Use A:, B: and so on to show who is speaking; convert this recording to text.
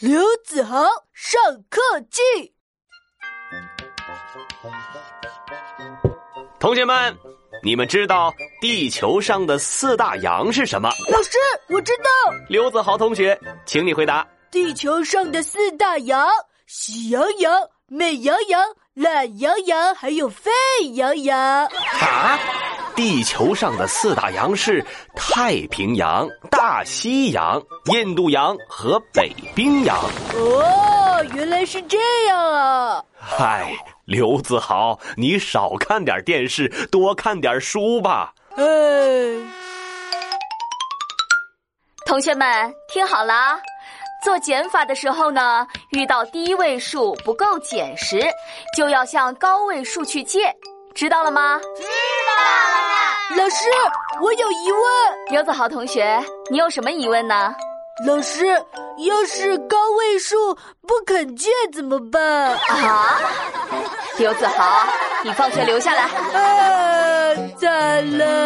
A: 刘子豪上课记，
B: 同学们，你们知道地球上的四大洋是什么？
A: 老师，我知道
B: 刘子豪同学，请你回答。
A: 地球上的四大洋：喜羊羊、美羊羊、懒羊羊，还有沸羊羊。
B: 啊，地球上的四大洋是太平洋、大西洋、印度洋和北冰洋。
A: 哦，原来是这样啊！
B: 嗨，刘子豪，你少看点电视，多看点书吧。
A: 哎，
C: 同学们听好了啊，做减法的时候呢，遇到低位数不够减时，就要向高位数去借，知道了吗？
A: 老师，我有疑问。
C: 刘子豪同学，你有什么疑问呢？
A: 老师，要是高位数不肯借怎么办？
C: 啊，刘子豪，你放学留下来。
A: 哎啊，咋了？